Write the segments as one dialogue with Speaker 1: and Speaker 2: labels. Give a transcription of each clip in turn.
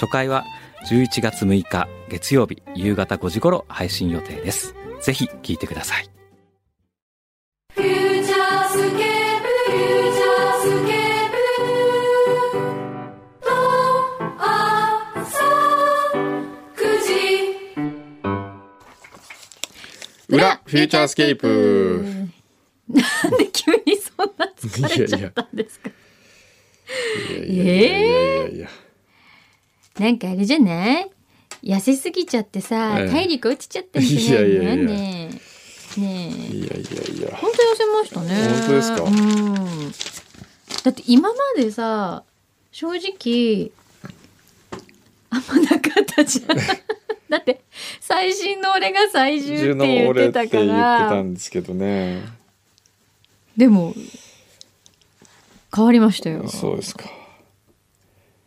Speaker 1: 初回は11月6日月曜日夕方5時頃配信予定ですぜひ聞いてください
Speaker 2: フューチャースケープフューチャースケープと朝9時
Speaker 3: 裏フューチャースケープ
Speaker 4: なんで急にそんな疲れちゃったんですか
Speaker 3: いやいやいやいやいや
Speaker 4: なんかあれじゃない痩せすぎちゃってさ、
Speaker 3: ええ
Speaker 4: 体力落ちちゃってんじゃない
Speaker 3: いやいやいや
Speaker 4: のねねえ
Speaker 3: いやいやいや
Speaker 4: 本当に痩せましたね
Speaker 3: 本当ですか
Speaker 4: うんだって今までさ正直あんまなかったじ ゃんだって最新の俺が最重って
Speaker 3: 中の
Speaker 4: 言っ
Speaker 3: 俺
Speaker 4: て
Speaker 3: って言
Speaker 4: た
Speaker 3: っ
Speaker 4: か
Speaker 3: てた
Speaker 4: ら
Speaker 3: んですけどね
Speaker 4: でも変わりましたよ
Speaker 3: そうですか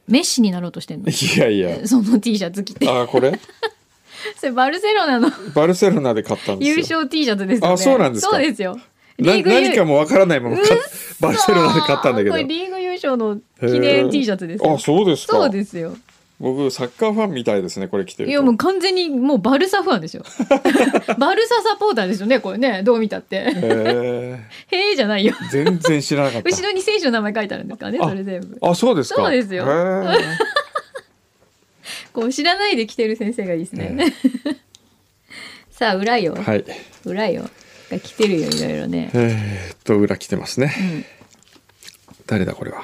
Speaker 4: メッシになろうとしてんの
Speaker 3: いやいや
Speaker 4: その T シャツ着て。
Speaker 3: あこれ
Speaker 4: それバルセロナの
Speaker 3: バルセロナで買ったんですよ
Speaker 4: 優勝 T シャツですよね。
Speaker 3: あそうなんですか
Speaker 4: そうですよ。
Speaker 3: な何か
Speaker 4: も
Speaker 3: もわからないまま買っバルセロナで買ったんだけど
Speaker 4: これリーグ優勝の記念 T シャツです
Speaker 3: へー
Speaker 4: よ。
Speaker 3: あそうですか
Speaker 4: そうですよ。
Speaker 3: 僕サッカーファンみたいですねこれ着てると
Speaker 4: いやもう完全にもうバルサファン ですよ。バルササポーターですよね、これね。どう見たって。
Speaker 3: へ
Speaker 4: へえじ ゃないよ。
Speaker 3: ー全然知らなかっ
Speaker 4: 後ろに選手の名前書いてあるんですからね、
Speaker 3: あ
Speaker 4: それ全部。
Speaker 3: たあそうですか
Speaker 4: そうですよ
Speaker 3: へー
Speaker 4: こう知らないで来てる先生がいいですね。 さあ、裏よ。
Speaker 3: はい
Speaker 4: 裏よ。が来てるよ、いろいろね。
Speaker 3: えーっと裏来てますね、誰だこれは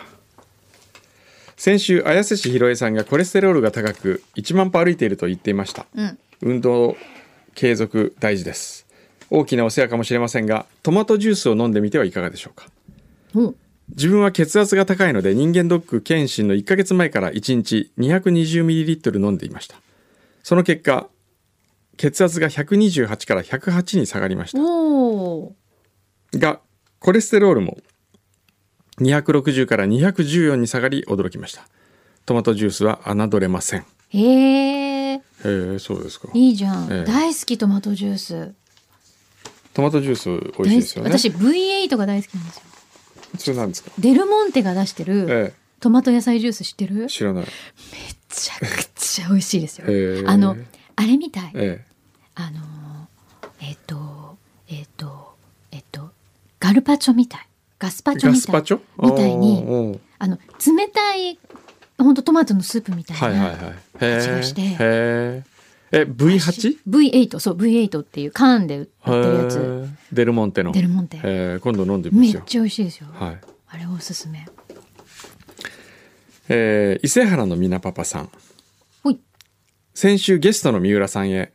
Speaker 3: 先週綾瀬市ひろえさんがコレステロールが高く1万歩歩いていると言っていました、
Speaker 4: うん
Speaker 3: 運動継続大事です大きなお世話かもしれませんがトマトジュースを飲んでみてはいかがでしょうか
Speaker 4: うん。
Speaker 3: 自分は血圧が高いので人間ドック検診の1ヶ月前から1日 220ml 飲んでいましたその結果血圧が128から108に下がりました
Speaker 4: おー。
Speaker 3: がコレステロールも260から214に下がり驚きましたトマトジュースは侮れませんへ
Speaker 4: へえ、
Speaker 3: えそうですか
Speaker 4: いいじゃん、
Speaker 3: ええ
Speaker 4: 大好きトマトジュース。
Speaker 3: トマトジュース美味しいですよね
Speaker 4: 大好き私 V8 が大好きなんですよ。
Speaker 3: それなんですか
Speaker 4: デルモンテが出してる
Speaker 3: え
Speaker 4: トマト野菜ジュース知ってる？め
Speaker 3: え知らない
Speaker 4: ちゃくちゃ美味しいですよ
Speaker 3: へえ。
Speaker 4: あのあれみたい。
Speaker 3: え
Speaker 4: あのえっ、とえっ、とえっ、とガルパチョみたい。ガスパ
Speaker 3: え
Speaker 4: チョ
Speaker 3: ガ
Speaker 4: み
Speaker 3: ス
Speaker 4: た
Speaker 3: パ
Speaker 4: い
Speaker 3: チョ
Speaker 4: みたい
Speaker 3: おー
Speaker 4: に
Speaker 3: おー
Speaker 4: あの冷たい本当トマトのスープみた
Speaker 3: はいいはい
Speaker 4: な
Speaker 3: はいへ
Speaker 4: 味が
Speaker 3: え
Speaker 4: して
Speaker 3: へええ V8?
Speaker 4: V8 そう V8 っていう缶で売ってるやつ
Speaker 3: へえデルモンテの
Speaker 4: デルモンテ
Speaker 3: へえ今度飲んでみま
Speaker 4: め
Speaker 3: す
Speaker 4: っ
Speaker 3: よ
Speaker 4: ちゃ美味しいですよ。
Speaker 3: はい
Speaker 4: あれおすすめ。
Speaker 3: えー伊勢原のみなパパさん
Speaker 4: ほい。
Speaker 3: 先週ゲストの三浦さんへ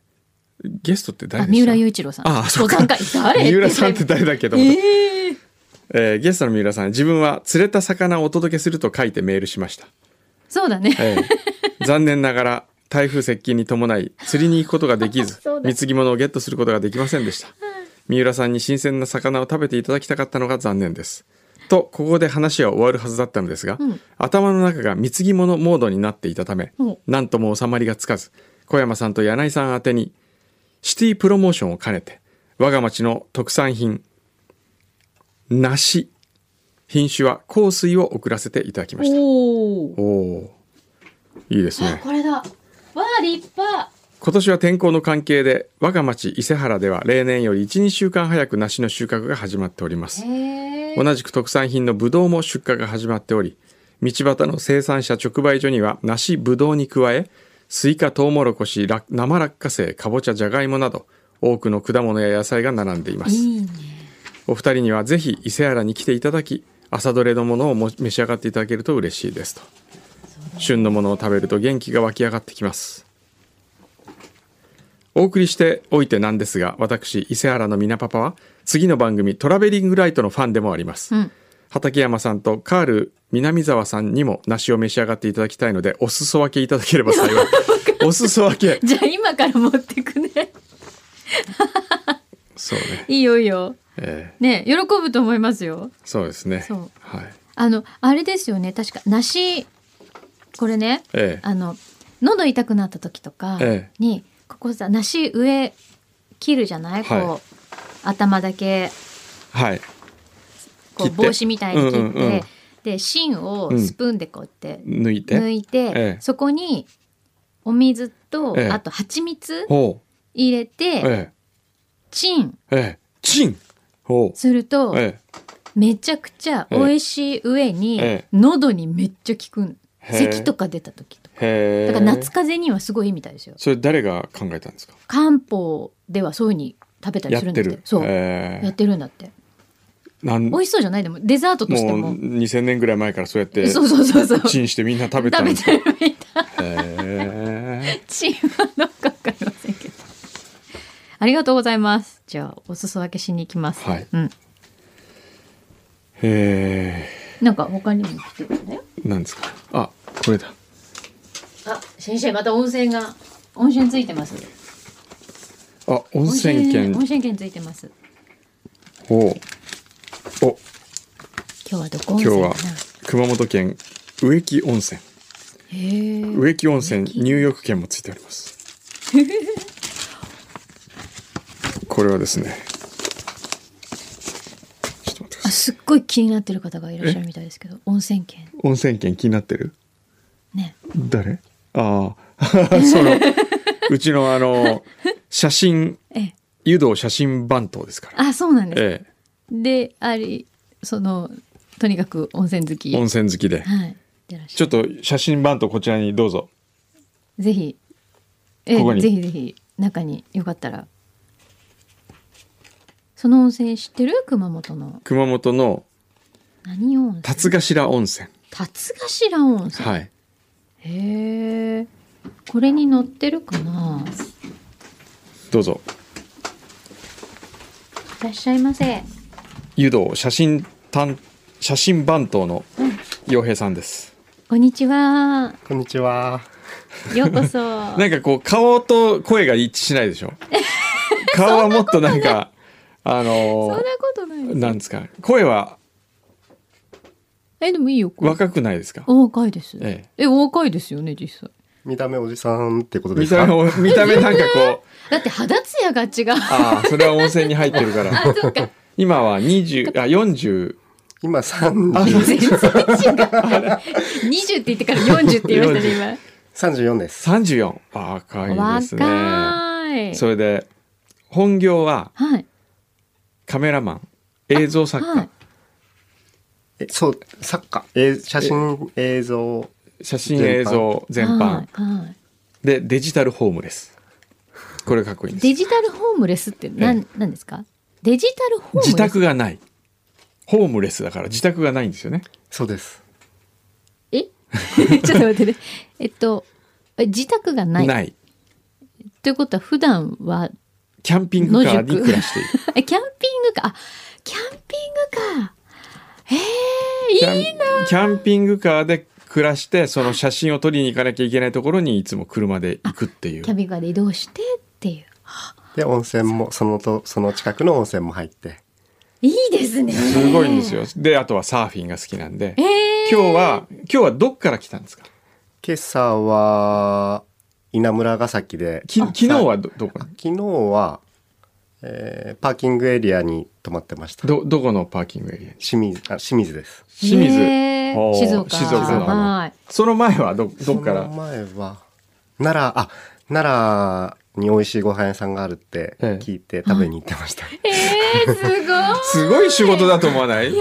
Speaker 3: ゲストって誰
Speaker 4: あ、
Speaker 3: でし
Speaker 4: 三
Speaker 3: た
Speaker 4: 浦雄一郎さん。
Speaker 3: ああそうか
Speaker 4: 登山家誰
Speaker 3: 三浦さんって誰だっけと思った、
Speaker 4: ええ
Speaker 3: えーゲストの三浦さん自分は釣れた魚をお届けすると書いてメールしました、
Speaker 4: そうだね。
Speaker 3: えー残念ながら台風接近に伴い釣りに行くことができず
Speaker 4: そうだ
Speaker 3: 貢ぎ物をゲットすることができませんで した三浦さんに新鮮な魚を食べていただきたかったのが残念ですとここで話は終わるはずだったのですが、
Speaker 4: ん
Speaker 3: 頭の中が貢ぎ物モードになっていたため
Speaker 4: うん
Speaker 3: 何とも収まりがつかず小山さんと柳井さん宛てにシティプロモーションを兼ねて我が町の特産品梨品種は香水を送らせていただきました
Speaker 4: おお。
Speaker 3: おおーいいです
Speaker 4: あ、
Speaker 3: ね
Speaker 4: これだ。わあ、立派。
Speaker 3: 今年は天候の関係で我が町伊勢原では例年より12週間早く梨の収穫が始まっております
Speaker 4: へえ。
Speaker 3: 同じく特産品のブドウも出荷が始まっており道端の生産者直売所には梨ブドウに加えスイカトウモロコシラ生落花生かぼちゃじゃがいもなど多くの果物や野菜が並んでいます
Speaker 4: いいね。
Speaker 3: お二人にはぜひ伊勢原に来ていただき朝どれのものをも召し上がっていただけると嬉しいですと旬のものを食べると元気が湧き上がってきますお送りしておいてなんですが私伊勢原のみなパパは次の番組「トラベリングライト」のファンでもあります、
Speaker 4: うん
Speaker 3: 畠山さんとカール南沢さんにも梨を召し上がっていただきたいのでお裾分けいただければ 幸いお裾分け
Speaker 4: じゃあ今から持ってくね
Speaker 3: そうね、
Speaker 4: いいよいいよ
Speaker 3: え
Speaker 4: ね喜ぶと思いますよ
Speaker 3: ーそうですね
Speaker 4: そう
Speaker 3: はい
Speaker 4: あのあれですよね確か梨これね
Speaker 3: ええ
Speaker 4: あの喉痛くなった時とか
Speaker 3: ええ
Speaker 4: に、ここさ梨上切るじゃない、
Speaker 3: は
Speaker 4: こう頭だけ
Speaker 3: はい切
Speaker 4: こう
Speaker 3: って
Speaker 4: 帽子みたいに切って、
Speaker 3: うんうんうん
Speaker 4: で芯をスプーンでこうやって
Speaker 3: 抜いて
Speaker 4: 抜いて、
Speaker 3: ええ
Speaker 4: そこにお水と、
Speaker 3: ええ
Speaker 4: あと蜂蜜
Speaker 3: ほう
Speaker 4: 入れて、
Speaker 3: え
Speaker 4: チン
Speaker 3: えええチンほ
Speaker 4: すると、
Speaker 3: うえ
Speaker 4: めちゃくちゃ美味しい上に、
Speaker 3: ええ
Speaker 4: 喉にめっちゃ効くん
Speaker 3: へえ
Speaker 4: 咳とか出た時とか
Speaker 3: えへえ
Speaker 4: だから夏風邪にはすごいいいみたいですよ
Speaker 3: それ誰が考えたんですか
Speaker 4: 漢方ではそういうふうに食べたり
Speaker 3: やっ
Speaker 4: するん
Speaker 3: て
Speaker 4: だって
Speaker 3: る
Speaker 4: そう、
Speaker 3: え
Speaker 4: やってるんだって
Speaker 3: ーなん
Speaker 4: 美
Speaker 3: もう
Speaker 4: 味しそうじゃないでもデザートとしても
Speaker 3: 2000年ぐらい前からそうやって
Speaker 4: そうそうそうそう
Speaker 3: チンしてみんな食べた
Speaker 4: 食
Speaker 3: ん
Speaker 4: べ
Speaker 3: ですか
Speaker 4: てるみたい
Speaker 3: へ
Speaker 4: チームはどうかわかりませんけどありがとうございますじゃあお裾分けしに行きます、
Speaker 3: はい
Speaker 4: うん、
Speaker 3: えへ
Speaker 4: なんか他にも来てるんだよ
Speaker 3: えなんですかあこれだ
Speaker 4: あ先生また温泉が温泉ついてます
Speaker 3: あ温泉券
Speaker 4: 温泉券ついてます
Speaker 3: おうお
Speaker 4: 今日はどこ温
Speaker 3: 今日
Speaker 4: 泉かな
Speaker 3: は熊本県植木温泉
Speaker 4: へえ
Speaker 3: 植木温泉入浴券もついております これはですねちょっと待ってくだ
Speaker 4: あ
Speaker 3: さ
Speaker 4: すっごい気になってる方がいらっしゃるみたいですけど温泉券
Speaker 3: い温泉券気になってる
Speaker 4: ね
Speaker 3: 誰あ あそのうちのあ の写真
Speaker 4: ええ
Speaker 3: 湯道写真番頭ですから
Speaker 4: あそうなんです、
Speaker 3: え
Speaker 4: でありそのとにかく温泉好き
Speaker 3: え温泉好きで
Speaker 4: はいでらっしゃる
Speaker 3: ちょっと写真番頭こちらにどうぞ
Speaker 4: ぜひ、え
Speaker 3: ここに
Speaker 4: ぜひぜひ中によかったら。その温泉知ってる熊本の
Speaker 3: 熊本の
Speaker 4: 何温泉
Speaker 3: 辰頭温泉
Speaker 4: 辰頭温泉、
Speaker 3: はい
Speaker 4: へえこれに載ってるかな
Speaker 3: どうぞ
Speaker 4: いらっしゃいませ
Speaker 3: 湯道写真担写真番頭の洋平さんです
Speaker 4: こんにちは
Speaker 5: こんにちは。
Speaker 4: ようこ そ
Speaker 3: なんかこう顔と声が一致しないでし ょ顔はもっとなんかあ
Speaker 4: そんな
Speaker 3: の
Speaker 4: ことないです
Speaker 3: なんですか声は
Speaker 4: えでもいいよこれ
Speaker 3: 若くないですか
Speaker 4: お若いです
Speaker 3: ええ
Speaker 4: えお若いですよね実際
Speaker 5: 見た目おじさんってことで
Speaker 3: 見
Speaker 5: すか。
Speaker 3: た 目を見た目なんかこう
Speaker 4: だって肌ツヤが違う
Speaker 3: ああそれは温泉に入ってるから
Speaker 4: あ そうか
Speaker 3: 今は20あ40
Speaker 5: 今三
Speaker 4: 全然違う20って言ってから40って言いましたね今
Speaker 5: 三十四です。
Speaker 3: 34あ赤いですね
Speaker 4: 若い。
Speaker 3: それで本業は
Speaker 4: はい。
Speaker 3: カメラマン映像作家、
Speaker 4: はい
Speaker 5: えそう作家、えー写真映像
Speaker 3: 写真映像全般
Speaker 4: はいはい
Speaker 3: でデジタルホームレスこれかっこいいんです
Speaker 4: デジタルホームレスって
Speaker 3: え
Speaker 4: 何、なんですか。デジタルホームレス。
Speaker 3: 自宅がないホームレスだから自宅がないんですよね
Speaker 5: そうです。
Speaker 4: え。ちょっと待ってね。えっと。え自宅がない。ということは、普段は。
Speaker 3: キャンピングカーに暮らしている
Speaker 4: え、キャンピングカー。あキャンピングカー。
Speaker 3: キ
Speaker 4: ええいい。
Speaker 3: ャンキャンピングカーで暮らしてその写真を撮りに行かなきゃいけないところにいつも車で行くっていう
Speaker 4: キャビカーで移動してっていう。
Speaker 5: で温泉もそのとその近くの温泉も入って。
Speaker 4: いいですね。
Speaker 3: すごいんですよ。であとはサーフィンが好きなんで、
Speaker 4: ええ
Speaker 3: 今日は今日はどっから来たんですか
Speaker 5: 今朝は稲村ヶ崎で、
Speaker 3: き昨日はどどこに
Speaker 5: 昨日は、えーパーキングエリアに泊まってました。
Speaker 3: どどこのパーキングエリア
Speaker 5: 清水あ清水です。
Speaker 3: 清水、
Speaker 4: へー
Speaker 3: おー
Speaker 4: 静岡。
Speaker 3: 静岡の
Speaker 4: はい。
Speaker 3: その前はどどっか
Speaker 5: その
Speaker 3: ら
Speaker 5: 前は奈良あ奈良に美味しいご飯屋さんがあるって聞いて食べに行ってました。
Speaker 4: ええ すごい。
Speaker 3: すごい仕事だと思わない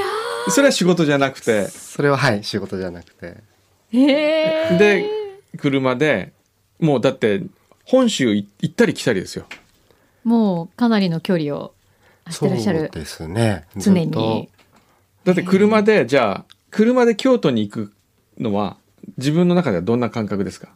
Speaker 3: それは仕事じゃなくて
Speaker 5: それははい仕事じゃなくて
Speaker 4: へえ。
Speaker 3: で車でもうだって本州い行ったり来たりですよ
Speaker 4: もうかなりの距離を走ってらっしゃ
Speaker 5: そう
Speaker 4: る。
Speaker 5: ですね
Speaker 4: 常
Speaker 5: ずっと
Speaker 4: に。
Speaker 3: だって車でじゃあ車で京都に行くのは自分の中ではどんな感覚ですか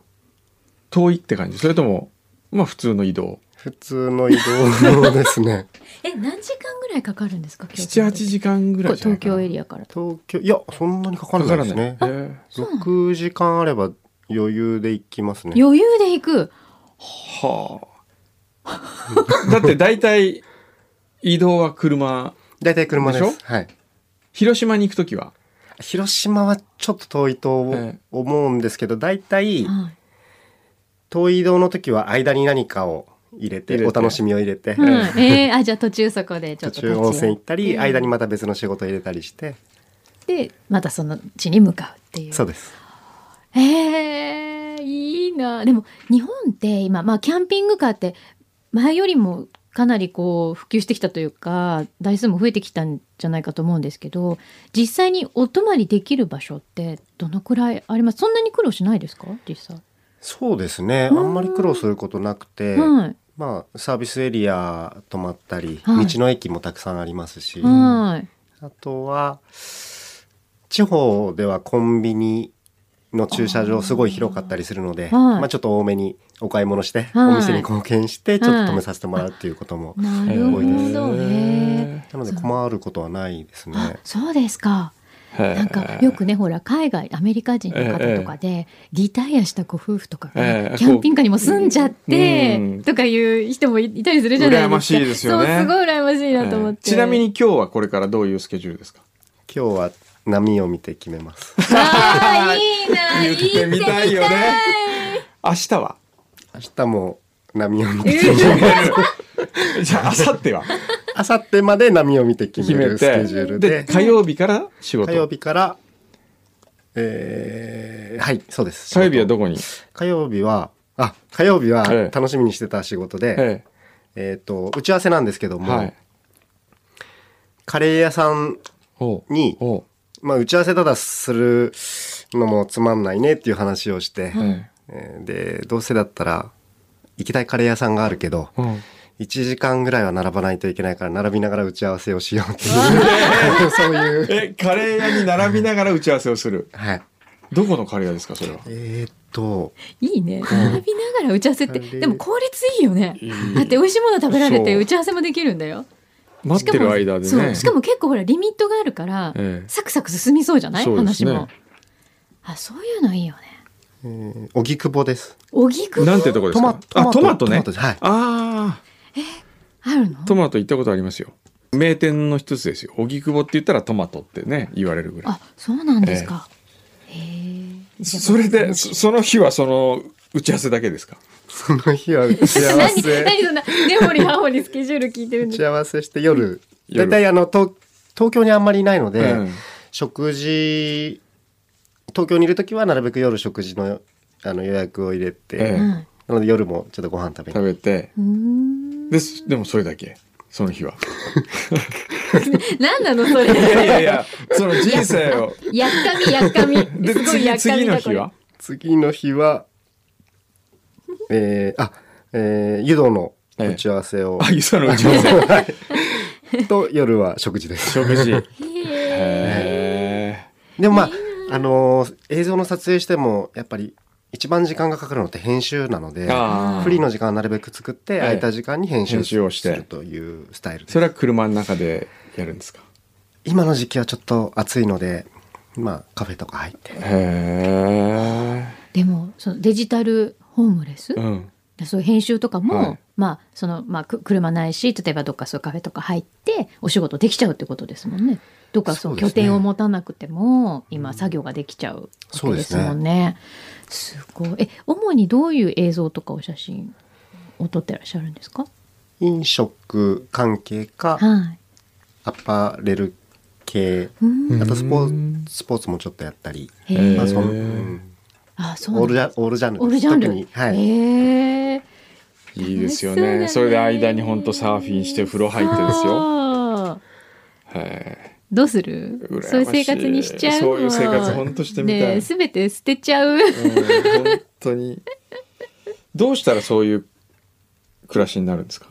Speaker 3: 遠いって感じそれともまあ普通の移動
Speaker 5: 普通の移動ですね
Speaker 4: え何時間ぐらいかかるんですか京都
Speaker 3: 78時間ぐらいじゃな
Speaker 4: 東
Speaker 3: いかな
Speaker 4: 京エリアから
Speaker 5: 東京いやそんなにかからないですね
Speaker 3: かからないへ
Speaker 4: そうなの
Speaker 5: 6時間あれば余裕で行きますね
Speaker 4: 余裕で行く
Speaker 3: えはあだって大体移動は車
Speaker 5: 大体車で
Speaker 3: でし
Speaker 5: す
Speaker 3: ょ
Speaker 5: はい
Speaker 3: 広島に行く時は
Speaker 5: 広島はちょっと遠いと
Speaker 3: ええ
Speaker 5: 思うんですけど大体
Speaker 4: はい
Speaker 5: 遠い移動の時は間に何かを入れて
Speaker 3: 入れて
Speaker 5: お楽しみを入れて、
Speaker 4: うん、えー、あじゃあ途中そこでちょ
Speaker 5: 途
Speaker 4: っと
Speaker 5: 中温泉行ったり、
Speaker 4: うん
Speaker 5: 間にまた別の仕事を入れたりして、
Speaker 4: でまたその地に向かうっていう
Speaker 5: そうです
Speaker 4: えー、いいなでも日本って今、まあ、キャンピングカーって前よりもかなりこう普及してきたというか台数も増えてきたんじゃないかと思うんですけど実際にお泊まりできる場所ってどのくらいありますそんなに苦労しないですか実際、
Speaker 5: そうですねあ
Speaker 4: うん
Speaker 5: んまり苦労することなくて、
Speaker 4: はい
Speaker 5: まあサービスエリア泊まったり、
Speaker 4: はい
Speaker 5: 道の駅もたくさんありますし、
Speaker 4: はい
Speaker 5: あとは地方ではコンビニの駐車場すごい広かったりするので、
Speaker 4: はい
Speaker 5: まあ、ちょっと多めにお買い物して、
Speaker 4: はい
Speaker 5: お店に貢献してちょっと止めさせてもらうっていうことも、
Speaker 4: なるほどね
Speaker 3: へ
Speaker 5: なので困ることはないで
Speaker 4: あ
Speaker 5: すね。
Speaker 4: そうですか
Speaker 3: え
Speaker 4: なんかよくねほら海外アメリカ人の方とかでリタイアしたご夫婦とか
Speaker 3: え
Speaker 4: が
Speaker 3: え
Speaker 4: キャンピングカーにも住んじゃっ
Speaker 3: う
Speaker 4: て
Speaker 3: ん
Speaker 4: とかいう人もいたりするじゃないですか。
Speaker 3: 羨ましいですよね
Speaker 4: そうすごい羨ましいなと思
Speaker 3: え
Speaker 4: って。
Speaker 3: えちなみに今日はこれからどういうスケジュールですか
Speaker 5: 今日は波を見て決めます。
Speaker 4: あーいいな
Speaker 3: 言ってみたいよね明日 は
Speaker 5: 明日も波を見て
Speaker 4: 言っ
Speaker 5: 決
Speaker 4: て
Speaker 5: め
Speaker 4: み
Speaker 5: る。
Speaker 4: たい
Speaker 3: じゃあ明後日は
Speaker 5: 明後日まで波を見て決
Speaker 3: 決
Speaker 5: め
Speaker 3: め
Speaker 5: るスケジュー
Speaker 3: て
Speaker 5: ル
Speaker 3: で
Speaker 5: で、
Speaker 3: 火曜日から仕事
Speaker 5: 火曜日から、えーはい、そうです。
Speaker 3: 火曜日はどこに、
Speaker 5: 火曜日は、あ、火曜日は
Speaker 3: ええ
Speaker 5: 楽しみにしてた仕事で、
Speaker 3: え
Speaker 5: えっ、と、打ち合わせなんですけど
Speaker 3: え
Speaker 5: も、
Speaker 3: はい
Speaker 5: カレー屋さん
Speaker 3: おう
Speaker 5: に、
Speaker 3: おう
Speaker 5: まあ、打ち合わせただするのもつまんないねっていう話をして、
Speaker 3: え
Speaker 5: えーで、どうせだったら、行きたいカレー屋さんがあるけど、
Speaker 3: えうん
Speaker 5: 1時間ぐらいは並ばないといけないから、並びながら打ち合わせをしようっていう、 そういう、
Speaker 3: えカレー屋に並びながら打ち合わせをする
Speaker 5: はい。
Speaker 3: どこのカレー屋ですかそれは
Speaker 5: えーっと、
Speaker 4: いいね。並びながら打ち合わせって
Speaker 5: うん
Speaker 4: でも効率いいよね。だって美味しいもの食べられて打ち合わせもできるんだよ。
Speaker 3: 待ってる間でね
Speaker 4: しかもそうしかも結構ほらリミットがあるから、
Speaker 3: ええ
Speaker 4: サクサク進みそうじゃない、
Speaker 3: そうです
Speaker 4: 話
Speaker 3: ね
Speaker 4: も。あそういうのいいよね。
Speaker 5: えー、荻窪です。
Speaker 4: 荻窪
Speaker 3: なんてとこですか
Speaker 5: トマト
Speaker 3: あトマトね
Speaker 5: トマトですはい
Speaker 3: あ
Speaker 4: あるの
Speaker 3: あトマト行ったことありますよ名店の一つですよ荻窪って言ったらトマトってね言われるぐらい
Speaker 4: あそうなんですか。へえ。じゃあ
Speaker 3: それでそその日はその打ち合わせだけですか
Speaker 5: その日は打ち合わ
Speaker 4: 何
Speaker 5: せ。
Speaker 4: 何そんな根掘り葉掘りスケジュール聞いてる
Speaker 5: 打
Speaker 4: んで
Speaker 5: ち合わせして夜。
Speaker 3: 夜
Speaker 5: 大体あの、東東京にあんまりいないので、
Speaker 3: うん
Speaker 5: 食事、東京にいるときはなるべく夜食事のあの予約を入れて、
Speaker 3: ええ
Speaker 4: はい
Speaker 5: なので夜もちょっとご飯食べに
Speaker 3: 食べて
Speaker 4: うーん
Speaker 3: ですでもそれだけその日は
Speaker 4: 何なのそれ。
Speaker 3: いやいやいや その人生を
Speaker 4: やっかみやっかみ。
Speaker 3: です
Speaker 4: ごいや
Speaker 3: 次
Speaker 4: っ
Speaker 3: 次の
Speaker 4: かみだこ
Speaker 3: 日
Speaker 4: れ
Speaker 3: は。
Speaker 5: 次の日は、えー、あ、えー、湯道の打ち合わせを、
Speaker 3: あいその打ち合わせ
Speaker 5: と夜は食事です。
Speaker 3: 食事へ
Speaker 4: へえ
Speaker 3: え
Speaker 5: でもまあ、あのー映像の撮影してもやっぱり一番時間がかかるのって編集なので
Speaker 3: あー
Speaker 5: フリーの時間はなるべく作って
Speaker 3: え
Speaker 5: 空いた時間に編集
Speaker 3: 編集をして
Speaker 5: するというスタイルです
Speaker 3: それは車の中でやるんですか
Speaker 5: 今の時期はちょっと暑いのでまあカフェとか入って
Speaker 3: へ
Speaker 4: でもそのデジタルホームレス
Speaker 3: え、うん、
Speaker 4: でそういう編集とかも、
Speaker 3: はい
Speaker 4: まあそのまあく車ないし例えばどっかそういうカフェとか入ってお仕事できちゃうってことですもんね。どっかそう
Speaker 5: そうですね
Speaker 4: 拠点を持たなくても、今作業ができちゃうわけですもんね。すごい。え主にどういう映像とかお写真を撮ってらっしゃるんですか。
Speaker 5: 飲食関係か
Speaker 4: はい。
Speaker 5: アパレル系
Speaker 4: うん。
Speaker 5: あとスポーツスポーツもちょっとやったり、
Speaker 4: へえ
Speaker 5: まあその
Speaker 3: へえ
Speaker 5: うん
Speaker 4: あそう
Speaker 5: オールジ
Speaker 4: なんだ
Speaker 5: ャオールジャン
Speaker 4: オールジャン
Speaker 5: ルです特
Speaker 4: ル
Speaker 5: に。はい、
Speaker 4: へえ。
Speaker 3: いいですよ
Speaker 4: 楽しそうだ
Speaker 3: ねそれで間にほんとサーフィンして風呂入ってですよ
Speaker 4: よ。
Speaker 3: へ
Speaker 4: どうする
Speaker 3: 羨ましい
Speaker 4: そういう生活にしちゃう
Speaker 3: そういう生活ほんとしてみたい
Speaker 4: すべて捨てちゃう、
Speaker 3: え、うん、本当にどうしたらそういう暮らしになるんですか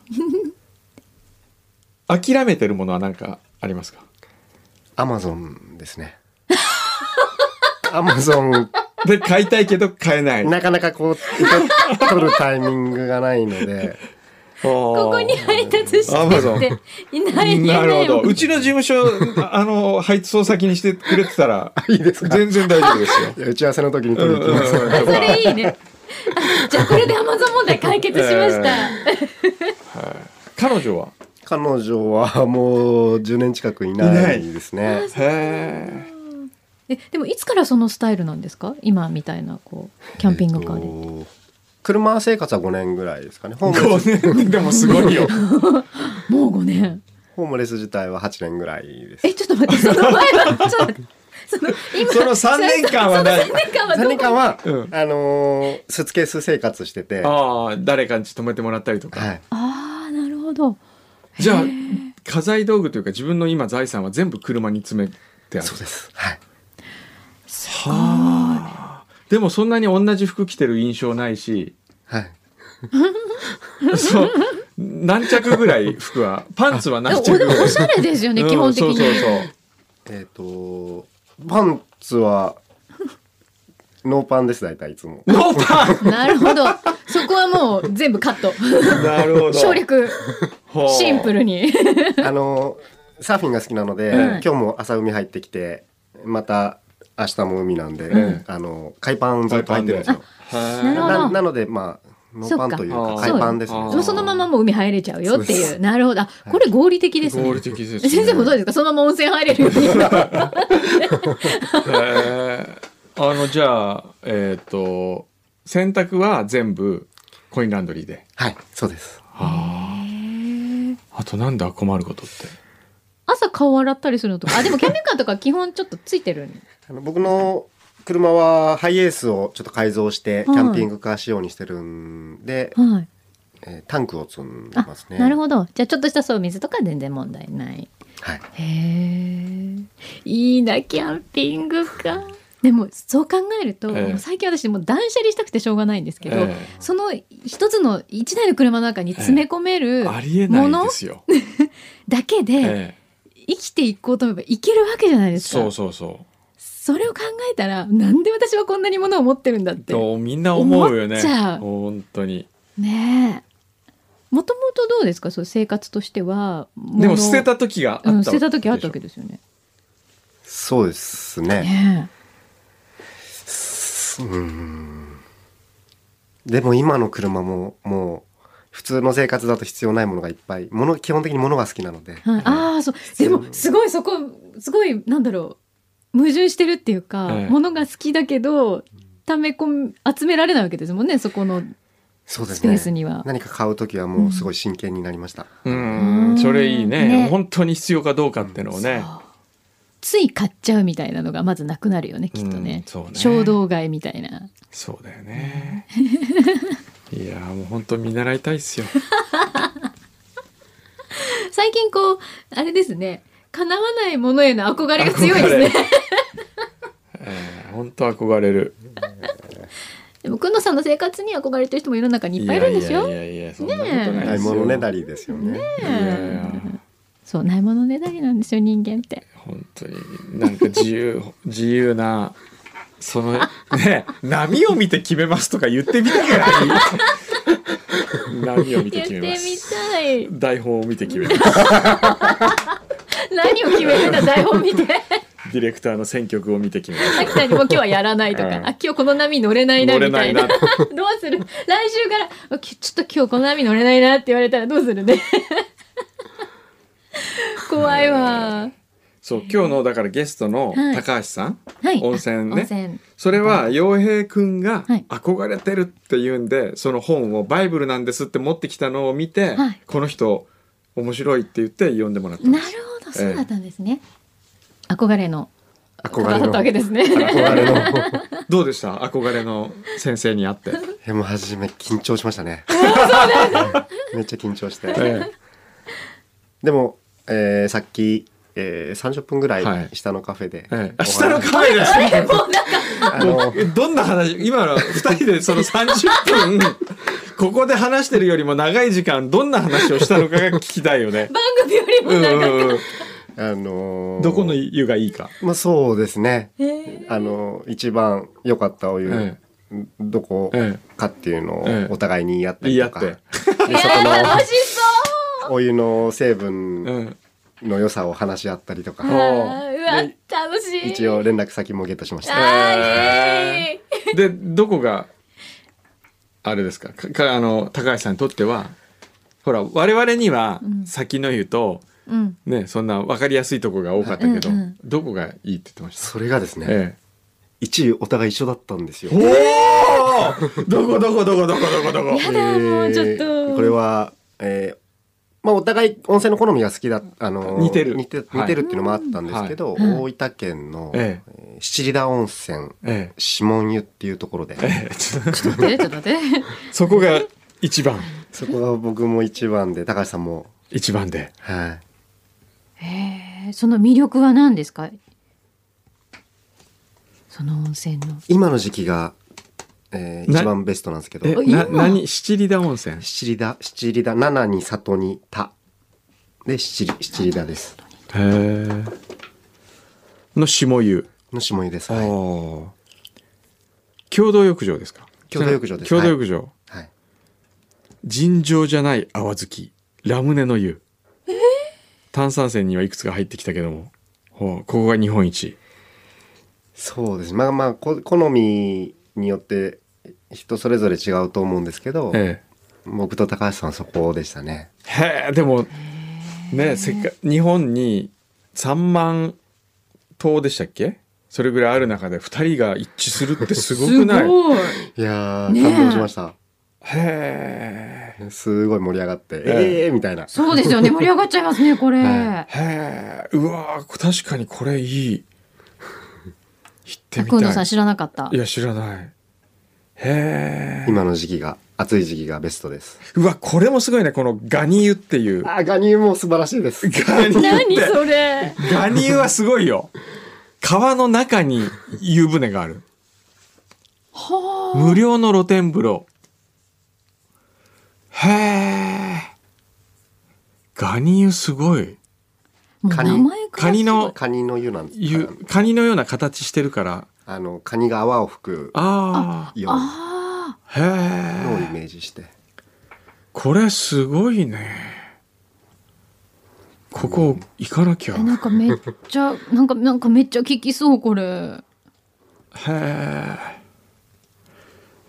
Speaker 3: 諦めてるものは何かありますか
Speaker 5: アマゾンですね。アマゾン
Speaker 3: で買いたいけど買えない。
Speaker 5: なかなかこう、受け取るタイミングがないので、
Speaker 4: こ
Speaker 3: こ
Speaker 4: こに配達してっていないい
Speaker 3: な
Speaker 4: ない
Speaker 3: るほど。
Speaker 4: もん
Speaker 3: うちの事務所、あ の、配送先にしてくれてたら、
Speaker 5: いいですか
Speaker 3: 全然大丈夫 ですよ。
Speaker 5: いや打ち合わせの時に
Speaker 3: うん
Speaker 5: 取りに行きます。
Speaker 3: うんうん
Speaker 4: それいい ねあじゃあこれでアマゾン問題解決しました、
Speaker 3: 彼女は
Speaker 5: 彼女はもう10年近くいないですね。
Speaker 3: へえ。
Speaker 4: えでもいつからそのスタイルなんですか今みたいなこうキャンピングカーで、
Speaker 5: で。車生活は5年ぐらいですか ね。ホームレス
Speaker 3: 5年でもすごいよ。
Speaker 4: もう5年
Speaker 5: ホームレス自体は8年ぐらいです。
Speaker 4: えちょっと 待ってその前はちょっと待ってその今
Speaker 3: その三年間はない
Speaker 4: その3年間はど
Speaker 5: 3
Speaker 4: こ
Speaker 5: 年間は、
Speaker 3: うん
Speaker 5: あのースーツケース生活してて、は
Speaker 3: ああ、誰かに泊めてもらったりとか。
Speaker 5: い、
Speaker 4: ああなるほど
Speaker 3: じゃあ、家財道具というか自分の今財産は全部車に詰めてある。
Speaker 5: そうです。はい、
Speaker 3: はあ。でもそんなに同じ服着てる印象ないし、
Speaker 5: はい、
Speaker 3: そう、何着ぐらい服 は、パンツは
Speaker 4: でも
Speaker 3: 何着ぐ
Speaker 4: で
Speaker 3: らい
Speaker 4: もおしゃれですよね、基本的に
Speaker 3: うんそうそうそう。
Speaker 5: えっ、とパンツはノーパンです大体いつ も。
Speaker 3: ノーパン
Speaker 4: なるほどそこはもう全部カット
Speaker 3: なるほ
Speaker 4: 省略シンプ
Speaker 3: ル。
Speaker 4: ルに
Speaker 5: あのーサーフィンが好きなので、
Speaker 3: うん
Speaker 5: 今日も朝海入ってきて、また明日も海なんで、
Speaker 3: うん
Speaker 5: あの海パンずっと履いてるんですよ。
Speaker 4: なるほど
Speaker 5: ななのでまあノーパンという
Speaker 3: そっ
Speaker 5: か
Speaker 3: か
Speaker 5: 海パンですね。
Speaker 3: あー
Speaker 4: もうそのままもう海入れちゃうよって
Speaker 5: そう
Speaker 4: い
Speaker 5: で
Speaker 4: うなるほどあこれ合理的ですね
Speaker 3: 合理的ですね
Speaker 4: 先生もどうですかそのまま温泉入れるように
Speaker 3: へーあの、じゃあ、えっ、と、洗濯は全部コインランドリーで。
Speaker 5: はい、そうです。
Speaker 3: あとなんだ困ることって。
Speaker 4: 朝顔洗ったりするのとかあでもキャンピングカーとか基本ちょっとついてるん
Speaker 5: あの僕の車はハイエースをちょっと改造してキ
Speaker 4: はい
Speaker 5: ャンピングカー仕様にしてるんで、
Speaker 4: はい
Speaker 5: えータンクを積んで
Speaker 4: あ
Speaker 5: ますね。
Speaker 4: なるほどじゃあちょっとしたそう水とか全然問題ない
Speaker 5: はい。
Speaker 4: へえいいなキャンピングカーでもそう考えると、
Speaker 3: ええ
Speaker 4: もう最近私もう断捨離したくてしょうがないんですけど、
Speaker 3: え
Speaker 4: その一つの一台の車の中に詰め込め
Speaker 3: え
Speaker 4: る
Speaker 3: ありえな
Speaker 4: も
Speaker 3: い
Speaker 4: の
Speaker 3: ですよ。
Speaker 4: だけで
Speaker 3: ええ
Speaker 4: 生きていこうと思えばいけるわけじゃないですか
Speaker 3: そうそうそ
Speaker 4: それを考えたらなんで私はこんなに物を持ってるんだっ
Speaker 3: う。
Speaker 4: て
Speaker 3: とみんな思うよ
Speaker 4: 思
Speaker 3: ね。
Speaker 4: っちゃう
Speaker 3: 本当に。
Speaker 4: ねえもともとどうですかそう生活としては
Speaker 3: でも捨て
Speaker 4: 物
Speaker 3: た時があった
Speaker 4: う
Speaker 3: わけ
Speaker 4: ん、
Speaker 3: でしょ、
Speaker 4: 捨てた時あったわけですよね
Speaker 5: そうですね。
Speaker 4: ね
Speaker 5: うん。でも今の車ももう普通の生活だと必要ないものがいっぱい。もの基本的に物が好きなので。
Speaker 4: えはい、ああそうでもすごいそこすごいなんだろう矛盾してるっていうか、
Speaker 3: ええ
Speaker 4: 物が好きだけど溜め込み集められないわけですもんねそこの
Speaker 5: そうで
Speaker 4: ス
Speaker 5: す
Speaker 4: ペ
Speaker 5: ね。
Speaker 4: ースには、
Speaker 5: 何か買うときはもうすごい真剣になりました。
Speaker 3: うん、それいいね
Speaker 4: ね
Speaker 3: 本当に必要かどうかっていうのをね。
Speaker 4: そうつい買っちゃうみたいなのがまずなくなるよねきっとね,、
Speaker 3: うんそうね
Speaker 4: 衝動買いみたいな
Speaker 3: そうだよね。いやーもう本当見習いたいっすよ。
Speaker 4: 最近こうあれですね叶わないものへの憧れが強いで
Speaker 3: 憧れ。
Speaker 4: すね
Speaker 3: えー本当憧れる。
Speaker 4: でもくんのさんの生活に憧れてる人も世の中にいっぱいいるんでしょ
Speaker 3: いやいやいやいやそんなことない
Speaker 5: 買
Speaker 3: で
Speaker 5: い
Speaker 3: すよ。
Speaker 5: 物ねだりですよね。
Speaker 3: いやいや
Speaker 4: そうないものねだりなんですよ人間って
Speaker 3: 本当になんか自由自由なそのね波を見て決めますとか言ってみたく ない波を見て
Speaker 4: 言っ
Speaker 3: 決
Speaker 4: てみ
Speaker 3: めます
Speaker 4: たい
Speaker 3: 台本を見て決めます
Speaker 4: 何を決めるんだ台本 見て
Speaker 3: ディレクターの選曲を見て決めます
Speaker 4: 秋田にもう今日はやらないとか、
Speaker 3: うん
Speaker 4: あ今日この波乗れないな
Speaker 3: 乗れ
Speaker 4: みた
Speaker 3: ない
Speaker 4: い
Speaker 3: な
Speaker 4: な どうする来週からあきちょっと今日この波乗れないなって言われたらどうするね 怖いわ
Speaker 3: そう今日のだからゲストの
Speaker 4: はい
Speaker 3: 高橋さん、
Speaker 4: はい
Speaker 3: 温泉
Speaker 4: あ
Speaker 3: ね
Speaker 4: 温泉
Speaker 3: それは洋平くんが
Speaker 4: はい
Speaker 3: 憧れてるっていうんで、その本を「バイブルなんです」って持ってきたのを見て、
Speaker 4: はい
Speaker 3: この人面白いって言って読んでもらったん
Speaker 4: な
Speaker 3: で
Speaker 4: る
Speaker 3: す
Speaker 4: ほどそうだったんですね、憧れの
Speaker 5: 憧
Speaker 4: 方
Speaker 5: れ
Speaker 4: だったわけ
Speaker 5: の。
Speaker 4: ですね
Speaker 5: 憧れの。
Speaker 3: どうでした憧れの先生に会っ て。
Speaker 5: でも初め緊張しましたね。 めっちゃ緊張して。
Speaker 3: え
Speaker 5: でも、えーさっき、えー、30分ぐら
Speaker 3: はいい
Speaker 5: 下のカフェで、
Speaker 3: ええ
Speaker 5: お
Speaker 3: あ、
Speaker 5: 話
Speaker 3: 下のカメ ラ
Speaker 5: あの
Speaker 3: どんな話今の2人でその30分 ここで話してる よりも長い時間どんな話をしたのかが聞きたいよね。
Speaker 4: 番組よりも
Speaker 3: うんう
Speaker 4: 長
Speaker 3: んう
Speaker 4: く
Speaker 3: ん
Speaker 5: あのー
Speaker 3: どこの湯がいいか。
Speaker 5: まあそうですね
Speaker 4: えー
Speaker 5: あの一番良かったお湯、
Speaker 3: え
Speaker 5: どこ
Speaker 3: え
Speaker 5: かっていうの
Speaker 3: ええ
Speaker 5: をお互いに言い合った
Speaker 3: 言
Speaker 5: り
Speaker 3: い合
Speaker 5: と
Speaker 3: って。
Speaker 5: か、でそこ
Speaker 4: 楽
Speaker 5: の
Speaker 4: しそう
Speaker 5: お湯の成
Speaker 3: う
Speaker 5: 分
Speaker 3: ん。
Speaker 5: の良さを話し合ったりと
Speaker 4: あ
Speaker 5: か、
Speaker 4: ーうわ
Speaker 3: ね
Speaker 4: 楽しい
Speaker 5: 一応連絡先もゲットしまし
Speaker 4: あ
Speaker 5: た
Speaker 4: ーイエーイ
Speaker 3: で、どこが、あれですかかか、あの、高橋さんにとっては、ほら、我々には
Speaker 4: うん
Speaker 3: 先の湯と、
Speaker 4: うん
Speaker 3: ね、そんな分かりやすいとこが多かったけど、
Speaker 4: うんうん
Speaker 3: どこがいいって言ってました。
Speaker 5: それがですね、
Speaker 3: え
Speaker 5: 1位お互い一緒だったんですよ
Speaker 3: え。おおどこどこどこどこどこどこ
Speaker 4: やだもうちょっと
Speaker 5: これは、えーまあ、お互い温泉の好みが好きだ、あのー
Speaker 3: 似てる
Speaker 5: 似て
Speaker 3: はい
Speaker 5: 似てるっていうのもあったんですけど、
Speaker 4: うん
Speaker 5: 大分県の、
Speaker 3: え
Speaker 5: えー七里田温泉
Speaker 3: ええ
Speaker 5: 指紋湯っていうところで、
Speaker 3: ええちょっと
Speaker 4: ちょっと待ってちょっと待って
Speaker 3: そこが一番
Speaker 5: そこが僕も一番で高橋さんも、
Speaker 3: 一番で
Speaker 5: はい、
Speaker 4: えーその魅力は何ですかその温泉の
Speaker 5: 今の時期が、えー
Speaker 3: な
Speaker 5: 一番ベストなんですけど
Speaker 3: え
Speaker 4: 今
Speaker 3: な何七里田温泉
Speaker 5: 七里田七里田七に里に田で七里七里田です
Speaker 3: へえの下湯
Speaker 5: の下湯です、
Speaker 3: ああ
Speaker 5: はい
Speaker 3: 共同浴場ですか
Speaker 5: 共同浴場です
Speaker 3: 共同浴場、
Speaker 5: はい、
Speaker 3: 尋常じゃない泡好きラムネの湯、炭酸泉にはいくつか入ってきたけどもほうここが日本一
Speaker 5: そうですねまあまあこ好みによって人それぞれ違うと思うんですけど、
Speaker 3: え
Speaker 5: 僕と高橋さんはそこでしたね
Speaker 3: えへえでもねせっか日本に3万頭でしたっけそれぐらいある中で2人が一致するってすごくない
Speaker 4: すごい
Speaker 5: いやー
Speaker 4: ねえ
Speaker 5: 感動しました、
Speaker 3: へ
Speaker 5: すごい盛り上がって、
Speaker 3: ええ
Speaker 5: ええーみたいな
Speaker 4: そうで すよね盛り上がっちゃいますねこれ、
Speaker 5: は
Speaker 3: えへえうわー確かにこれいい行ってみ
Speaker 4: 今野
Speaker 3: た
Speaker 4: さ
Speaker 3: い
Speaker 4: ん知らなかった
Speaker 3: いや知らないへえ
Speaker 5: 今の時期が暑い時期がベストです
Speaker 3: うわこれもすごいねこのガニ湯っていう
Speaker 5: あーガニも素晴らしいです
Speaker 3: ガニ湯
Speaker 4: 何それ
Speaker 3: ガニ湯はすごいよ川の中に湯船がある
Speaker 4: は
Speaker 3: 無料の露天風呂へえガニ湯すごい
Speaker 4: あもう
Speaker 5: カニ
Speaker 4: 名前から
Speaker 3: カニの
Speaker 5: カニの湯なんです
Speaker 3: 湯カニのような形してるから
Speaker 5: あのカニが泡を吹く
Speaker 3: あ
Speaker 5: よう
Speaker 4: ああ
Speaker 3: あへ
Speaker 5: のをイ
Speaker 3: え
Speaker 5: メージして
Speaker 3: これすごいねここ行かなきゃ
Speaker 4: えなんかめっちゃなんかなんかめっちゃ効きそうこれ
Speaker 3: へえ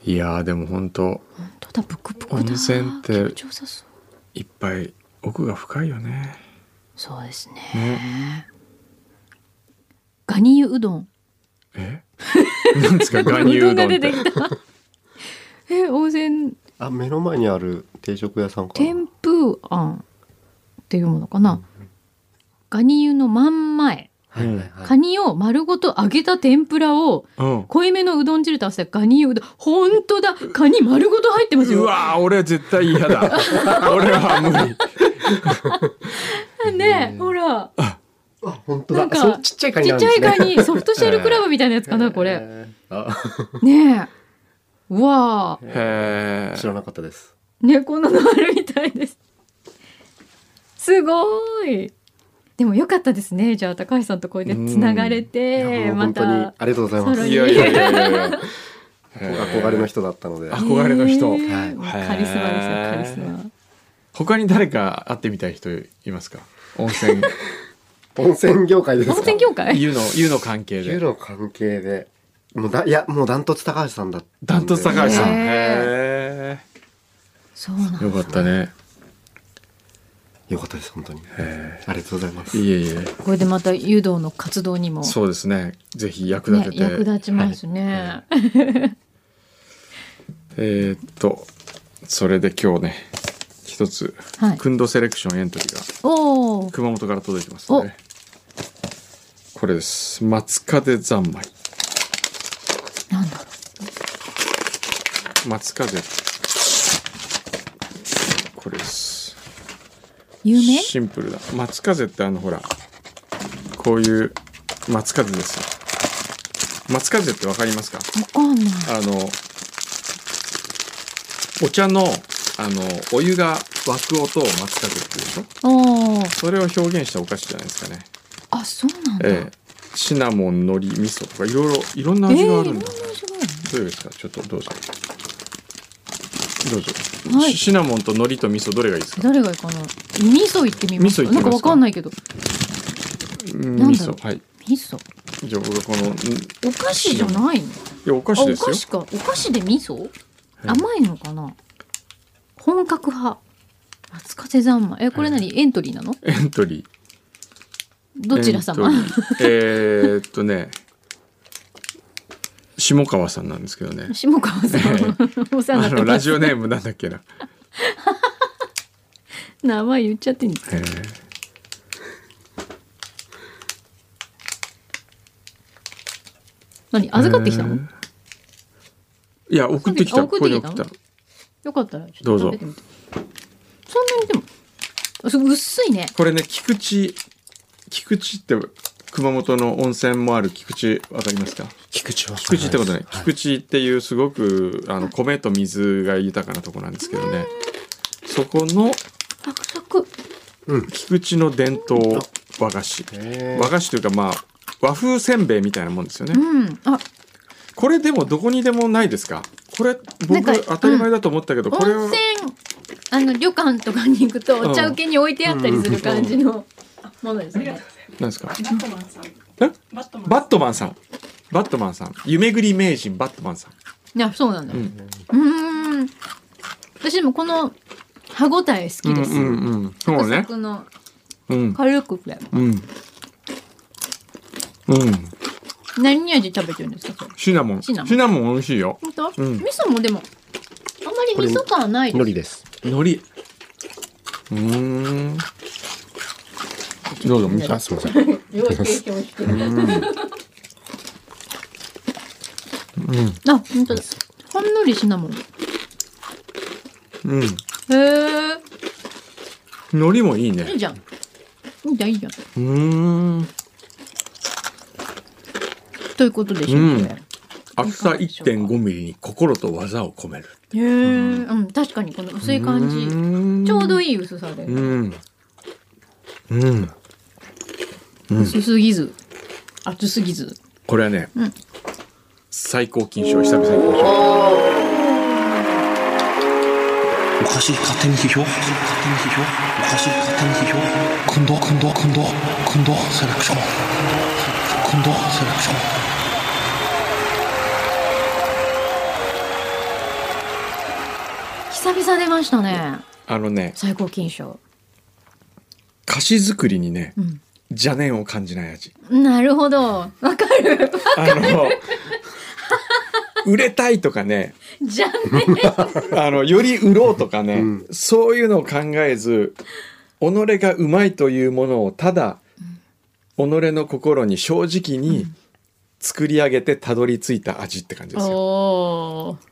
Speaker 3: いやーでも本当
Speaker 4: 本当だブクブクだ
Speaker 3: 温泉って
Speaker 4: 気持ちよさそう
Speaker 3: いっぱい奥が深いよ ね
Speaker 4: そうですね
Speaker 3: ね
Speaker 4: ガニ湯うどん
Speaker 3: えなんですかガニ
Speaker 4: う
Speaker 3: うど
Speaker 4: どん
Speaker 3: ん
Speaker 4: が
Speaker 3: っ
Speaker 4: 出
Speaker 3: て
Speaker 4: てきた え温泉
Speaker 5: あ目の前にある定食屋さんかな
Speaker 4: 天風庵っていうものかな、ガニ湯の真ん前
Speaker 5: はいはいはい
Speaker 4: カニを丸ごと揚げた天ぷらを
Speaker 3: うん
Speaker 4: 濃いめのうどん汁と合わせたガニ湯うどん本当だカニ丸ごと入ってます
Speaker 3: う
Speaker 4: よ
Speaker 3: わー俺は絶対嫌 だ俺は無理
Speaker 4: ねえほら
Speaker 5: あ本当
Speaker 4: な
Speaker 5: だ
Speaker 4: んか
Speaker 5: そうちっちゃいカニ
Speaker 4: ち
Speaker 5: な
Speaker 4: っ
Speaker 5: ん
Speaker 4: ち
Speaker 5: で
Speaker 4: ゃ
Speaker 5: す
Speaker 4: い
Speaker 5: ね
Speaker 4: カ ニソフトシェルクラブみたいなやつかなこれ
Speaker 5: えーあ
Speaker 4: ねえうわあ
Speaker 3: へ
Speaker 5: 知らなかったです
Speaker 4: 猫のあるみたいですすごいでも良かったですねじゃあ高橋さんとこれでつながれ
Speaker 5: いや
Speaker 4: て
Speaker 5: もう
Speaker 4: ま
Speaker 5: 本当に
Speaker 4: た
Speaker 5: ありがとうございま
Speaker 4: さら
Speaker 5: す
Speaker 4: に
Speaker 3: いやいやいやいやいや
Speaker 5: 憧れの人だったので
Speaker 3: あ憧れの人
Speaker 4: えー
Speaker 3: はい
Speaker 4: もうカリスマですよカリスマ
Speaker 3: 他に誰か会ってみたい人いますか温 泉
Speaker 5: 温泉業界ですか
Speaker 4: 温泉業界
Speaker 3: 湯の湯の関係
Speaker 5: 湯
Speaker 3: で
Speaker 5: の関係でもうだいやもうダントツ高橋さんだったん
Speaker 3: ダン
Speaker 5: で
Speaker 3: トツ高橋さんへ
Speaker 4: へそうなん
Speaker 3: えよかったね
Speaker 5: よかったです本当にありがとうございます
Speaker 3: いえいえ
Speaker 4: これでまた湯道の活動にも、
Speaker 3: そうですねぜひ役
Speaker 4: ね
Speaker 3: 立、てて、
Speaker 4: 役立ちますね、
Speaker 3: えーっとそれで今日ね一つ
Speaker 4: はい
Speaker 3: くんどセレクションエントリーが
Speaker 4: おお
Speaker 3: 熊本から届いてますねこれです松風三昧
Speaker 4: なんだろ
Speaker 3: 松風これです
Speaker 4: う有名
Speaker 3: シンプルだ松風ってあのほらこういう松風ですよ松風ってわかりますか
Speaker 4: わかんない
Speaker 3: あのお茶のあのお湯が沸く音を松風って言うでしょ
Speaker 4: おお
Speaker 3: それを表現したお菓子じゃないですかね
Speaker 4: あそうなんだ、
Speaker 3: ええシナモン海苔味噌とかいろいろいろんな味があるんだ、
Speaker 4: ええいろんな味が
Speaker 3: どうですかちょっとどうぞどうぞ、
Speaker 4: はい
Speaker 3: シシナモンと海苔と味噌どれがいいですか
Speaker 4: ある誰がいいかな味噌いってみま
Speaker 3: 味
Speaker 4: す
Speaker 3: 噌いってみますか
Speaker 4: なんかわかんないけど
Speaker 3: うん
Speaker 4: なん
Speaker 3: 味
Speaker 4: だろう
Speaker 3: 噌はい
Speaker 4: 味噌
Speaker 3: じゃあ僕はこのんい
Speaker 4: お菓子じゃないの
Speaker 3: やお菓
Speaker 4: あ
Speaker 3: 子
Speaker 4: お
Speaker 3: です
Speaker 4: 菓
Speaker 3: よ
Speaker 4: 子かお菓子で味噌、甘いのかな本格派松風三昧えこれ何、エントリーなの
Speaker 3: エントリー
Speaker 4: どちら様
Speaker 3: エントリーえーっとね下川さんなんですけどね
Speaker 4: 下川さん お世話
Speaker 3: あの
Speaker 4: になってま
Speaker 3: ラ
Speaker 4: す
Speaker 3: ジオネームなんだっけな、
Speaker 4: 名前言っちゃっていいんですか
Speaker 3: えー
Speaker 4: 何 預かってきたの、
Speaker 3: えーいや送ってきた
Speaker 4: あ送
Speaker 3: こ
Speaker 4: って
Speaker 3: こ
Speaker 4: き
Speaker 3: に
Speaker 4: た
Speaker 3: 送った
Speaker 4: よかったらちょっ
Speaker 3: どう
Speaker 4: と
Speaker 3: ぞ
Speaker 4: 食べてみてそんなにでもあすごい薄いね
Speaker 3: これね菊池菊池って熊本の温泉もある菊池わかりますか
Speaker 5: 菊池は
Speaker 3: 菊池ってことね、
Speaker 5: はい
Speaker 3: 菊池っていうすごくあの米と水が豊かなとこなんですけどねそこの
Speaker 4: サクサク
Speaker 3: 菊池の伝統和菓子
Speaker 5: へー
Speaker 3: 和菓子というかまあ和風せんべいみたいなもんですよね、
Speaker 4: うんあ
Speaker 3: これでもどこにでもないですかこれ
Speaker 4: なんか
Speaker 3: 僕当たり前だと思ったけど、これは
Speaker 4: 温泉あの旅館とかに行くと
Speaker 3: ん
Speaker 4: お茶受けに置いてあったりする感じのものですね。
Speaker 3: 何ですかえバットマンさんバットマンさん夢ぐり名人バットマンさん
Speaker 4: いやそうなんだ。うんーん。私でもこの歯ごたえ好きです。
Speaker 3: うんうんうんそう
Speaker 4: サ
Speaker 3: ね
Speaker 4: クサクの
Speaker 3: うん
Speaker 4: 軽くて
Speaker 3: うんうん
Speaker 4: 何味食べてるんですかそれ。
Speaker 3: シナモン
Speaker 4: シナモン
Speaker 3: 美味しいよ
Speaker 4: 本当？
Speaker 3: うん
Speaker 4: 味噌もでもあんまり味噌感ない
Speaker 5: 海
Speaker 4: です。
Speaker 5: 苔です
Speaker 3: 海苔うーんどうぞみさ
Speaker 5: あ
Speaker 3: ん
Speaker 5: すいません
Speaker 4: 料理提供してる。あ本当だ。ほんのりシナモン。へ
Speaker 3: うん
Speaker 4: え。
Speaker 3: 海苔もいい
Speaker 4: いい
Speaker 3: ね
Speaker 4: じゃん。いいじゃんいいじゃん。
Speaker 3: うーん
Speaker 4: ということでしょ
Speaker 3: うん
Speaker 4: これ。
Speaker 3: 厚さ1.5ミリに心と技を込める
Speaker 4: へえ、うん、確かにこの薄い感じ。ちょうどいい薄さで、
Speaker 3: うんうん
Speaker 4: 薄すぎず、厚すぎず。
Speaker 3: これはね、
Speaker 4: うん
Speaker 3: 最高金賞久々に行きましょう
Speaker 6: おかしい勝手に批評おかしい勝手に批評おかしい勝手に批評くんどくんどくんどくんどセレクションくんどセレクション
Speaker 4: 久々出ましたね。
Speaker 3: あのね
Speaker 4: 最高金賞。
Speaker 3: 菓子作りにね、
Speaker 4: ん
Speaker 3: 邪念を感じない味
Speaker 4: なるほど。わかる。
Speaker 3: あの売れたいとかね
Speaker 4: じゃあね。
Speaker 3: あのより売ろうとかね、そういうのを考えず己がうまいというものをただ己の心に正直に作り上げてたどり着いた味って感じですよ。
Speaker 4: おー。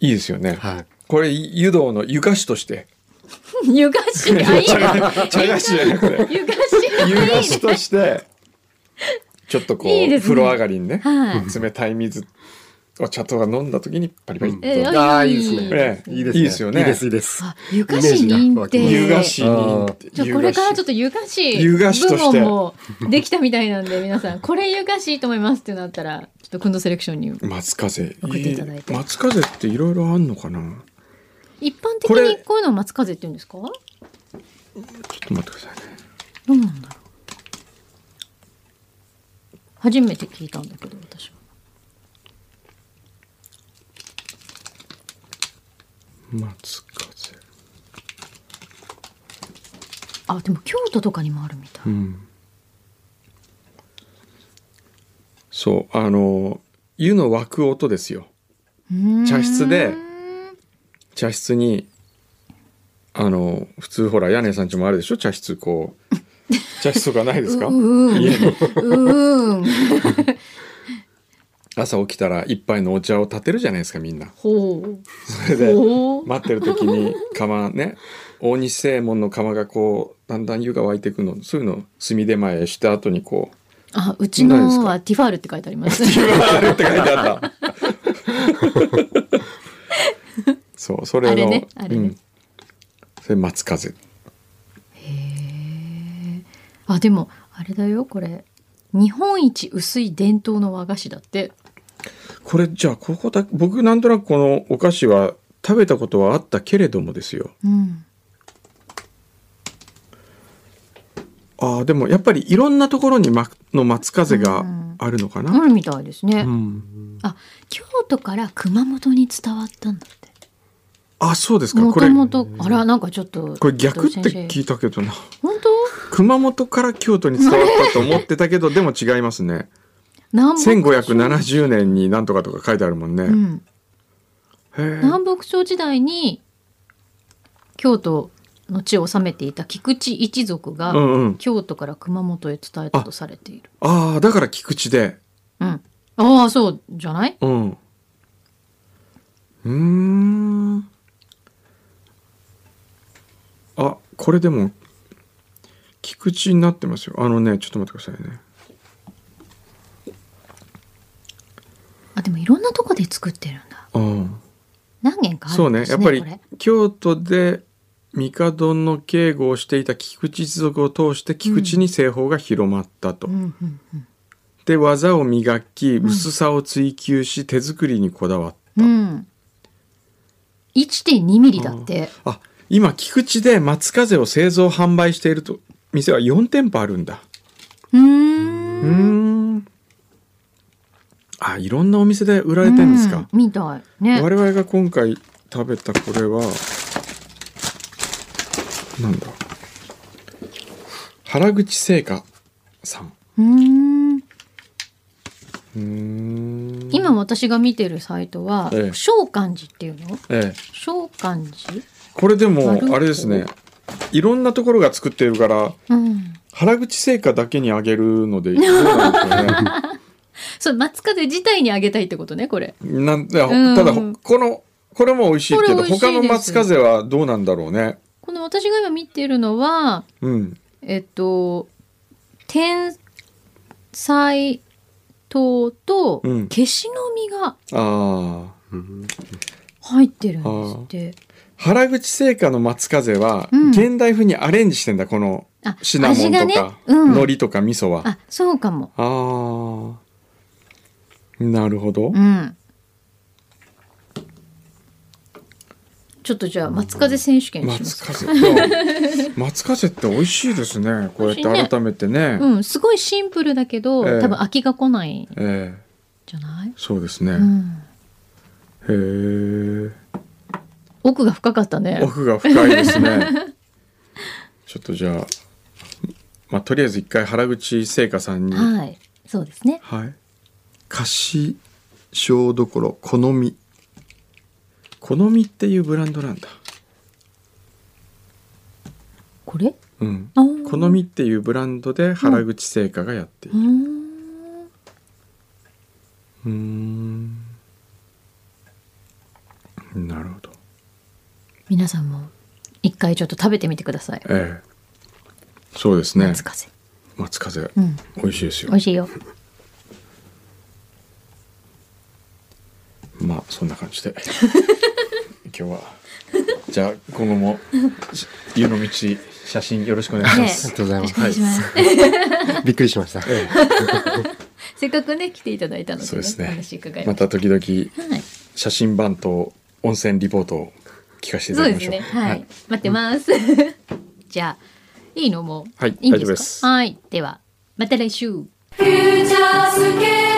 Speaker 3: いいですよね。
Speaker 5: はい
Speaker 3: これ湯道の湯菓子と して
Speaker 4: ゆかし、あ、いい
Speaker 3: 茶
Speaker 4: な。
Speaker 3: 菓茶菓子じゃなくて
Speaker 4: ゆかし、
Speaker 3: 湯菓子
Speaker 4: いい
Speaker 3: としてちょっとこう
Speaker 4: いいですね
Speaker 3: 風呂上がりにね、
Speaker 4: は
Speaker 3: 冷たい水を茶とが飲んだ時にパリパリっと、
Speaker 4: え
Speaker 5: ああ
Speaker 4: い
Speaker 5: い
Speaker 4: い
Speaker 5: いですね、
Speaker 3: ええ
Speaker 5: いいです
Speaker 3: い
Speaker 5: ね
Speaker 3: いですよね
Speaker 5: いいですいいです
Speaker 4: あ、ゆかし認
Speaker 5: え
Speaker 4: 定。
Speaker 5: え
Speaker 3: 湯菓子に
Speaker 4: じゃあこれからちょ
Speaker 3: っ
Speaker 4: っとゆかし
Speaker 3: 湯菓子と
Speaker 4: 部
Speaker 3: して
Speaker 4: 門もできたみたいなんで皆さんこれゆかしいと思いますってなったらちょっとくんどセレクションに
Speaker 3: 松風
Speaker 4: 送っていただいて
Speaker 3: えー松風っていろいろあんのかな
Speaker 4: 一般的
Speaker 3: これ
Speaker 4: にこういうのを松風って言うんですかど
Speaker 3: ちょっと待ってくださいね
Speaker 4: うなんだろう初めて聞いたんだけど私は
Speaker 3: 松風
Speaker 4: あでも京都とかにもあるみたい、
Speaker 3: うんそうあの湯の沸く音ですよ
Speaker 4: うーん
Speaker 3: 茶室で茶室にあの普通ほら屋根さんちもあるでしょ茶室こ う茶室とかないですか
Speaker 4: う
Speaker 3: 家に
Speaker 4: うーん
Speaker 3: 朝起きたら一杯のお茶を立てるじゃないですかみんな
Speaker 4: ほう
Speaker 3: それで
Speaker 4: ほう
Speaker 3: 待ってる時 に釜ね大西正門の釜がこうだんだん湯が沸いていくのそういうのを炭出前へした後にこう
Speaker 4: あうち
Speaker 3: 何です
Speaker 4: の
Speaker 3: か
Speaker 4: はティファールって書いてあります
Speaker 3: 「あれ?」って書いてあっ たそうそれの
Speaker 4: あれねあれ
Speaker 3: う
Speaker 4: ね
Speaker 3: ん、それ松風
Speaker 4: あでもああれだよこれ日本一薄い伝統の和菓子だって
Speaker 3: これじゃあここだ僕なんとなくこのお菓子は食べたことはあったけれどもですよ
Speaker 4: うん
Speaker 3: ああでもやっぱりいろんなところに、ま、の松風があるのか
Speaker 4: あ
Speaker 3: な、
Speaker 4: るみたいですね、
Speaker 3: うん
Speaker 4: あ京都から熊本に伝わったんだって
Speaker 3: あそうですか
Speaker 4: も
Speaker 3: ことれ
Speaker 4: もとあらなんかちょっと
Speaker 3: これ逆って
Speaker 4: ち
Speaker 3: 聞
Speaker 4: ょっと先生
Speaker 3: いたけどな
Speaker 4: 本当
Speaker 3: 熊本から京都に伝わったと思ってたけどでも違いますね
Speaker 4: 南北朝
Speaker 3: 1570年になんとかとか書いてあるもんね、
Speaker 4: うん、
Speaker 3: へえ
Speaker 4: 南北朝時代に京都の地を治めていた菊池一族が、
Speaker 3: うんうん
Speaker 4: 京都から熊本へ伝えたとされている。
Speaker 3: ああだから菊池で
Speaker 4: うん、ああそうじゃない
Speaker 3: うんうーんあこれでも菊池になってますよあのねちょっと待ってくださいね
Speaker 4: あでもいろんなとこで作ってるんだ。
Speaker 3: うん
Speaker 4: 何軒かあ
Speaker 3: そ
Speaker 4: る
Speaker 3: うん
Speaker 4: で
Speaker 3: ね
Speaker 4: す
Speaker 3: やっ
Speaker 4: ね
Speaker 3: ぱり
Speaker 4: これ
Speaker 3: 京都で帝の警護をしていた菊池一族を通して菊池に製法が広まったと、
Speaker 4: うんうんうん
Speaker 3: で技を磨き薄さを追求し、手作りにこだわった
Speaker 4: うん。1.2ミリだって。
Speaker 3: あ今菊池で松風を製造販売していると店は4店舗あるんだ
Speaker 4: うーん。
Speaker 3: うーんあいろんなお店で売られてるんですか、
Speaker 4: うんみたいね。
Speaker 3: 我々が今回食べたこれはなんだ原口製菓さん
Speaker 4: うーん。
Speaker 3: うーん
Speaker 4: 今私が見てるサイトは
Speaker 3: ええ
Speaker 4: 召喚寺っていうの？
Speaker 3: ええ
Speaker 4: 召喚寺？
Speaker 3: これでも
Speaker 4: なるほど
Speaker 3: あれですねいろんなところが作ってるから
Speaker 4: うん。
Speaker 3: 原口製菓だけにあげるのでどうなんですかね
Speaker 4: そう松風自体にあげたいってことねこれ。
Speaker 3: なんで、
Speaker 4: うん
Speaker 3: ただほこのこれも美味しいけ
Speaker 4: こ
Speaker 3: ど
Speaker 4: れ美味しい
Speaker 3: 他の
Speaker 4: です
Speaker 3: 松風はどうなんだろうね
Speaker 4: この私が今見てるのは
Speaker 3: うん
Speaker 4: えっと天才糖と
Speaker 3: うん
Speaker 4: 消しの実が
Speaker 3: ああ
Speaker 4: 入ってるんですって。
Speaker 3: 原口製菓の松風は、
Speaker 4: うん
Speaker 3: 現代風にアレンジしてんだこの
Speaker 4: あ
Speaker 3: シナモンと
Speaker 4: 味が
Speaker 3: か
Speaker 4: ね、、うん、
Speaker 3: 海苔とか味噌はあ
Speaker 4: あそうかも。
Speaker 3: あーなるほど、
Speaker 4: うん。ちょっとじゃあ松風選手権しま
Speaker 3: 松
Speaker 4: すか。
Speaker 3: 風でも松風って美味しいですねこうや
Speaker 4: 美味しい
Speaker 3: っ
Speaker 4: ね
Speaker 3: て改めてね
Speaker 4: うん、すごいシンプルだけど、
Speaker 3: ええ
Speaker 4: 多分飽きが来ないん
Speaker 3: ええ
Speaker 4: じゃない、
Speaker 3: そうですね、
Speaker 4: うん、
Speaker 3: へえ
Speaker 4: 奥が深かったね。
Speaker 3: 奥が深いです ねちょっとじゃあまあとりあえず一回原口製菓さんには
Speaker 4: はい、そうですね。
Speaker 3: い菓子小どころ好み好みっていうブランドなんだ
Speaker 4: これ？
Speaker 3: うん
Speaker 4: あー
Speaker 3: 好みっていうブランドで原口製菓がやっていう
Speaker 4: ー
Speaker 3: る
Speaker 4: ん
Speaker 3: うーんなるほど
Speaker 4: 皆さんも一回ちょっと食べてみてください。
Speaker 3: ええそうですね
Speaker 4: 松風。
Speaker 3: 松風、
Speaker 4: うん、
Speaker 3: 美味しいですよ
Speaker 4: 美味しいよ。
Speaker 3: まあそんな感 じで今日はじゃあ今後もし湯の道写真よろしくお願いしま
Speaker 4: ね
Speaker 3: す。
Speaker 5: ありがとうございます
Speaker 4: お願いします。
Speaker 5: びっくりしました。
Speaker 4: せっかくね来ていただいたので、ね、
Speaker 3: そうです
Speaker 4: お
Speaker 3: ね
Speaker 4: 話伺。いま。
Speaker 3: ますた時々
Speaker 4: はい、
Speaker 3: 写真版と温泉リポートを聞かせていた
Speaker 4: そう
Speaker 3: だきま
Speaker 4: で
Speaker 3: し
Speaker 4: す
Speaker 3: ょう。
Speaker 4: ね。はい、
Speaker 3: はい
Speaker 4: 待ってます。 じゃあいいのもう
Speaker 3: はい
Speaker 4: いん
Speaker 3: 大丈夫
Speaker 4: で
Speaker 3: ですす
Speaker 4: か。はい、ではまた来週。
Speaker 2: フューチャースケープ